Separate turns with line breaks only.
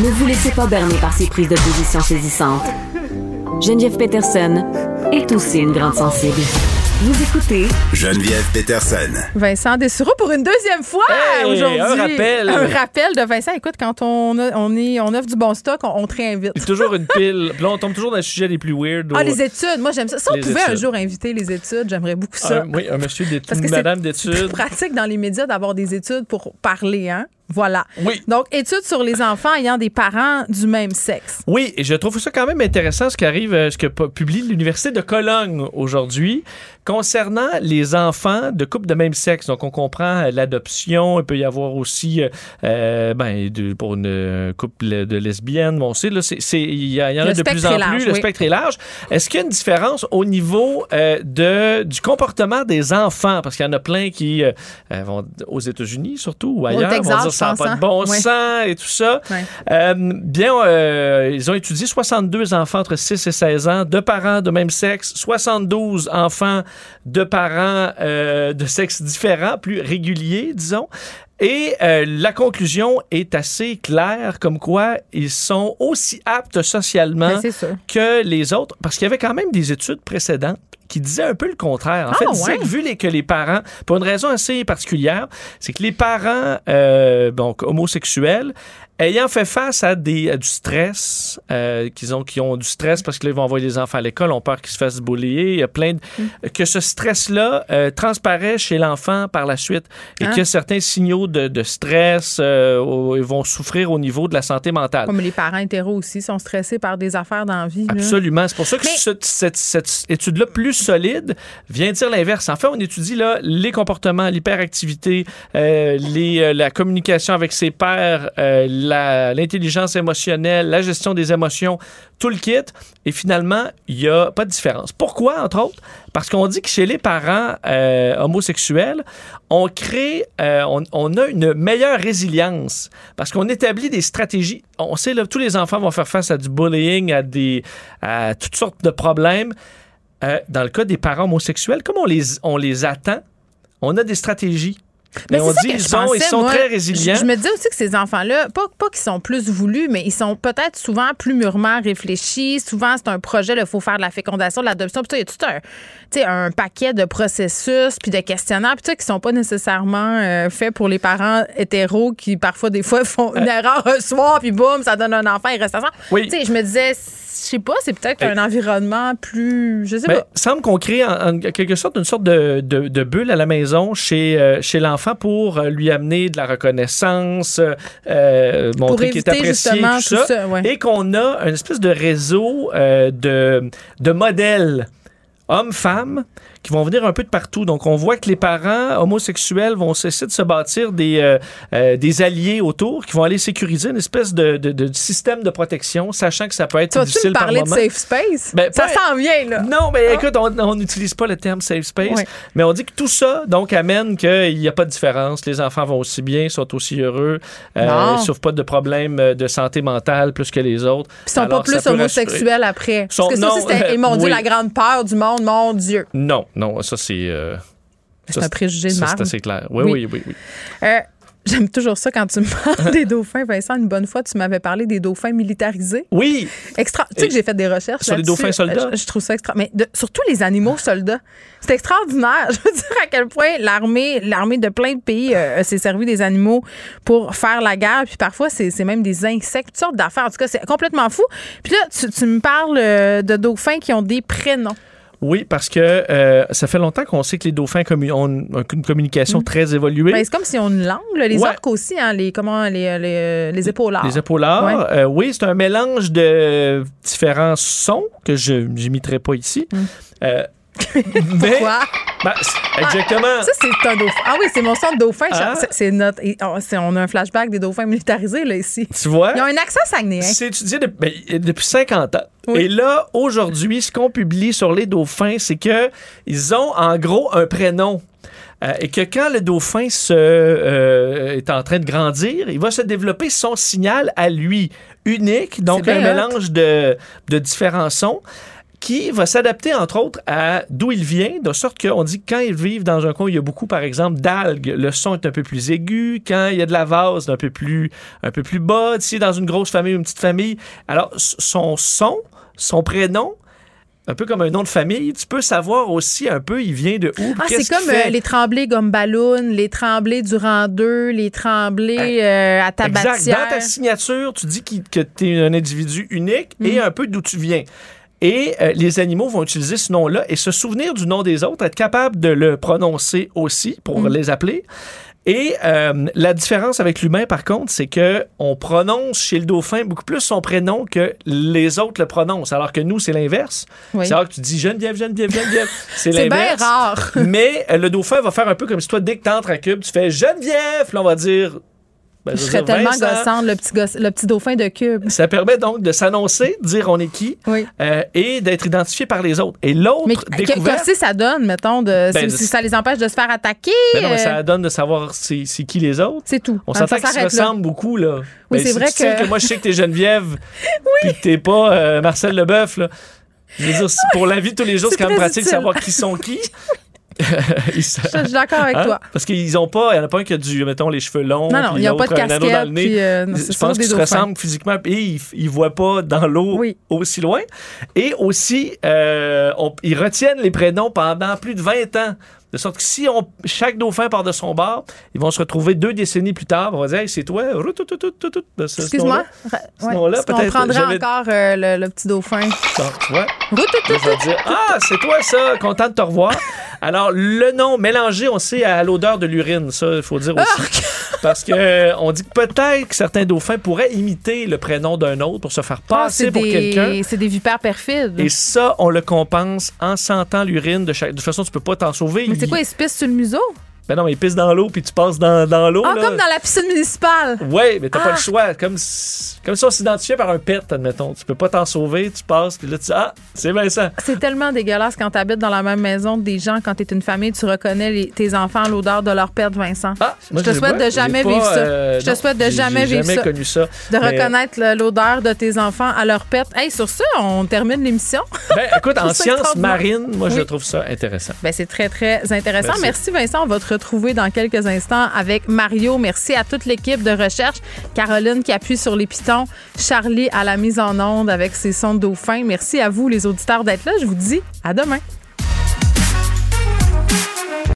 Ne vous laissez pas berner par ces prises de position saisissantes. Geneviève Peterson est aussi une grande sensible. Vous écoutez
Geneviève Peterson.
Vincent Dessureau pour une deuxième fois
Hey,
aujourd'hui.
un rappel.
Un rappel de Vincent. Écoute, quand on, a- on, est, on offre du bon stock, on, on te réinvite.
C'est toujours une pile. Puis là, on tombe toujours dans les sujets les plus weird.
Ah,
au-
les études. Moi, j'aime ça. Si on
Les
pouvait un
études.
jour inviter les études, j'aimerais beaucoup
Un-
ça.
Ah, oui, un monsieur
Parce que
d'études,
c'est
une madame
plus
d'études.
pratique dans les médias d'avoir des études pour parler, hein? Voilà.
Oui.
Donc, études sur les enfants ayant des parents du même sexe.
Oui, et je trouve ça quand même intéressant ce qui arrive, euh, ce que pu- publie l'Université de Cologne aujourd'hui concernant les enfants de couples de même sexe. Donc, on comprend euh, l'adoption. Il peut y avoir aussi, euh, euh, ben, de- pour une euh, couple de lesbiennes, bon, on sait, là, c'est- c'est- il y, a- il y en
Le
a de plus
spectre
en
est large,
plus. Le
oui.
spectre est large. Est-ce qu'il y a une différence au niveau euh, de, du comportement des enfants? Parce qu'il y en a plein qui euh, euh, vont aux États-Unis, surtout, ou ailleurs, vont
Texas,
dire
je
ça n'a
pense,
pas
hein?
de bon
Ouais.
sens et tout ça.
Ouais.
Euh, bien, euh, ils ont étudié 62 enfants entre 6 et 16 ans, de parents de même sexe, 72 enfants de parents euh, de sexe différent, plus réguliers, disons. Et euh, la conclusion est assez claire, comme quoi ils sont aussi aptes socialement
Ben, c'est sûr.
que les autres, parce qu'il y avait quand même des études précédentes qui disaient un peu le contraire. En
Ah,
fait, ils disaient
ouais?
que vu les, que les parents, pour une raison assez particulière, c'est que les parents euh, donc homosexuels ayant fait face à des à du stress, euh, qu'ils ont qui ont du stress parce que là, ils vont envoyer les enfants à l'école, on peur qu'ils se fassent bullier, il y a plein de,
Mm.
que ce stress-là euh, transparaît chez l'enfant par la suite et
Ah.
qu'il y a certains signaux de, de stress, euh, au- ils vont souffrir au niveau de la santé mentale.
Comme les parents hétéros aussi sont stressés par des affaires dans la vie. là.
Absolument. C'est pour ça que
Mais-
ce- cette, cette étude-là plus solide vient dire l'inverse. En fait, on étudie là, les comportements, l'hyperactivité, euh, les, euh, la communication avec ses pairs, euh, la- l'intelligence émotionnelle, la gestion des émotions, tout le kit. Et finalement, il n'y a pas de différence. Pourquoi, entre autres? Parce qu'on dit que chez les parents euh, homosexuels, on crée, euh, on, on a une meilleure résilience parce qu'on établit des stratégies. On sait, là, tous les enfants vont faire face à du bullying, à, des, à toutes sortes de problèmes. Euh, dans le cas des parents homosexuels, comme on les, on les attend, on a des stratégies.
Mais
Et
c'est
on
ça
dit
que
ils
je
sont,
pensais,
ils sont
moi.
très résilients.
Je, je me disais aussi que ces enfants-là, pas, pas qu'ils sont plus voulus, mais ils sont peut-être souvent plus mûrement réfléchis. Souvent, c'est un projet, il faut faire de la fécondation, de l'adoption. Puis ça, il y a tout un, tu sais, un paquet de processus, puis de questionnaires, puis ça, qui sont pas nécessairement euh, faits pour les parents hétéros qui, parfois, des fois, font
Euh.
une erreur un soir, puis boum, ça donne un enfant, il reste ensemble.
Oui.
Tu sais, je me disais, je sais pas, c'est peut-être
Et-
un environnement plus. Je sais
Mais
pas.
semble qu'on crée en, en quelque sorte une sorte de, de- de bulle à la maison chez, euh, chez l'enfant pour euh, lui amener de la reconnaissance, euh, euh, montrer qu'il est
éviter
apprécié,
justement
tout ça.
tout ça, ouais.
Et qu'on a une espèce de réseau euh, de, de modèles hommes-femmes qui vont venir un peu de partout. Donc, on voit que les parents homosexuels vont cesser de se bâtir des, euh, euh, des alliés autour qui vont aller sécuriser une espèce de, de- de système de protection, sachant que ça peut être
Tu vas-tu
difficile
me parler
par
de
moment.
safe space?
Ben,
ça
pas-
s'en vient, là.
Non, mais écoute, on- on n'utilise pas le terme safe space,
Ah. Ouais.
mais on dit que tout ça, donc, amène qu'il n'y a pas de différence. Les enfants vont aussi bien, sont aussi heureux, euh,
Non.
ils souffrent pas de problèmes euh, de santé mentale plus que les autres.
Puis ils sont
Alors,
pas plus
ça peut rassurer.
homosexuels après.
Sont-
Parce que ça
non,
aussi, c'était,
euh,
et mon Dieu,
oui.
la grande peur du monde, mon Dieu.
Non, non, ça c'est. euh, ça,
C'est un préjugé de
ça,
marde.
c'est assez clair. Oui,
Oui.
oui, oui. oui.
Euh, J'aime toujours ça quand tu me parles des dauphins, Vincent. Une bonne fois, tu m'avais parlé des dauphins militarisés.
Oui,
Extra. Tu sais que j'ai fait des recherches
Sur les
là-dessus. Euh,
dauphins soldats? Ah.
Je, je trouve ça extra. Mais de- surtout les animaux soldats. C'est extraordinaire. Je veux dire à quel point l'armée, l'armée de plein de pays euh, s'est servi des animaux pour faire la guerre. Puis parfois, c'est, c'est même des insectes, toutes sortes d'affaires. En tout cas, c'est complètement fou. Puis là, tu, tu me parles euh, de dauphins qui ont des prénoms.
oui, parce que euh, ça fait longtemps qu'on sait que les dauphins commu- ont une communication très évoluée.
Ben, c'est comme si on une langue, là. les
Ouais.
orques aussi, hein, les comment les les, les épaulards.
Les épaulards.
Ah. Ouais.
euh, oui, c'est un mélange de différents sons que je n'imiterai pas ici. Euh, mais-
Mm. Pourquoi? Ah,
Ben, c'est- exactement.
Ça, c'est un dauphin. Ah oui, c'est mon son de dauphin.
Ah.
C'est- C'est notre. et- oh, c'est- on a un flashback des dauphins militarisés, là, ici.
tu vois,
Ils ont un accent hein. sagnéen.
c'est étudié de- ben, depuis 50 ans.
Oui.
Et là, aujourd'hui, ce qu'on publie sur les dauphins, c'est que ils ont en gros un prénom. Euh, et que quand le dauphin se, euh, est en train de grandir, il va se développer son signal à lui unique, donc
C'est
un
bien hot.
mélange de, de différents sons qui va s'adapter, entre autres, à d'où il vient, de sorte qu'on dit que quand ils vivent dans un coin où il y a beaucoup, par exemple, d'algues, le son est un peu plus aigu. Quand il y a de la vase, un peu plus, un peu plus bas. Si dans une grosse famille ou une petite famille, alors son son, son prénom, un peu comme un nom de famille, tu peux savoir aussi un peu il vient de où.
Ah, c'est
qu'est-ce
comme
qu'il fait.
euh, les tremblés gomme ballon, les tremblés durant deux, les tremblés euh, à tabatière.
Exact. Dans ta signature, tu dis qu'il- que tu es un individu unique et
Mm.
un peu d'où tu viens. Et euh, les animaux vont utiliser ce nom-là et se souvenir du nom des autres, être capable de le prononcer aussi pour
Mm.
les appeler. Et euh, la différence avec l'humain, par contre, c'est que on prononce chez le dauphin beaucoup plus son prénom que les autres le prononcent, alors que nous, c'est l'inverse.
Oui.
C'est rare que tu dis Geneviève, Geneviève, Geneviève. C'est
C'est bien
l'inverse.
rare.
Mais euh, le dauphin va faire un peu comme si toi, dès que t'entres à Cube, tu fais Geneviève, puis là, on va dire. ben,
Je
veux
serais
dire,
tellement
Vincent.
gossante, le petit, gosse- le petit dauphin de cube.
Ça permet donc de s'annoncer, de dire on est qui,
Oui.
euh, et d'être identifié par les autres. Et
Mais
l'autre
que- que-
découverte.
qu'est-ce que ça donne, mettons, de,
Ben,
si- si ça les empêche de se faire attaquer?
Ben non, mais
euh,
ça donne de savoir c'est c'est qui les autres.
C'est tout.
On
Hein, ça
s'entend qu'ils se
s'arrête là.
ressemblent beaucoup, là.
Oui,
Ben,
c'est
si
vrai
tu sais
que-
moi, je sais que t'es Geneviève, puis que t'es pas euh, Marcel Leboeuf, là. Je veux dire, c'est- pour la vie de tous les jours,
C'est
c'est quand même
très
pratique de
utile.
savoir qui sont qui. Ils se-
Je suis d'accord avec
Hein?
toi.
Parce qu'ils ont pas, il y en a pas un qui a du, mettons, les cheveux longs.
Non, non,
puis
il n'y a pas de
l'autre, un anneau dans
casquette.
le nez.
Puis, euh, non, c'est
Je
ça,
pense
des
qu'ils se
dauphins.
ressemblent physiquement et ils ne voient pas dans l'eau
Oui.
aussi loin. Et aussi, euh, on- ils retiennent les prénoms pendant plus de 20 ans. De sorte que si on, chaque dauphin part de son bar, ils vont se retrouver deux décennies plus tard. On va dire, Hey, c'est toi. routoutoutoutout, de ce- ce
Excuse-moi.
nom-là.
Ra-
nom-là,
ouais, Est-ce qu'on
peut-être,
prendrait
j'avais-
encore euh, le, le petit dauphin?
Donc, tu vois,
Routoutou.
là, je vais dire, ah, c'est toi ça, content de te revoir. Alors, le nom mélangé, on sait, à l'odeur de l'urine, ça, il faut dire aussi.
Ah,
Parce que euh, on dit que peut-être que certains dauphins pourraient imiter le prénom d'un autre pour se faire
Ah,
passer
c'est
pour
des-
quelqu'un.
C'est des vipères perfides.
Et ça, on le compense en sentant l'urine de chaque. De toute façon, tu peux pas t'en sauver.
Mais c'est
Il-
quoi, ils se pissent sur le museau?
Ben non, mais il pisse dans l'eau puis tu passes dans, dans l'eau.
Ah,
Oh, là.
comme dans la piscine municipale.
Ouais, mais t'as
Ah!
pas le choix. Comme si, comme si on s'identifiait par un pet, admettons. Tu peux pas t'en sauver, tu passes, puis là, tu dis Ah, c'est Vincent.
C'est tellement dégueulasse quand t'habites dans la même maison que des gens, quand t'es une famille, tu reconnais les- tes enfants à l'odeur de leur perte, Vincent.
Ah, moi,
je te
les
souhaite
vois.
de
J'ai
jamais
pas,
vivre ça.
euh,
je te
non,
souhaite de
j'ai-
jamais
j'ai
vivre ça.
jamais connu ça.
De
Mais-
reconnaître le- l'odeur de tes enfants à leur perte. Hey, sur ça, on termine l'émission.
Ben, écoute, en
trouve ça
sciences
extraordinaire.
marines, moi, je
Oui.
trouve ça intéressant.
Ben, c'est très, très intéressant. Merci.
Merci.
Vincent. On va te retrouver dans quelques instants avec Mario. Merci à toute l'équipe de recherche. Caroline qui appuie sur les pitons. Charlie à la mise en onde avec ses sons de dauphin. Merci à vous, les auditeurs, d'être là. Je vous dis à demain.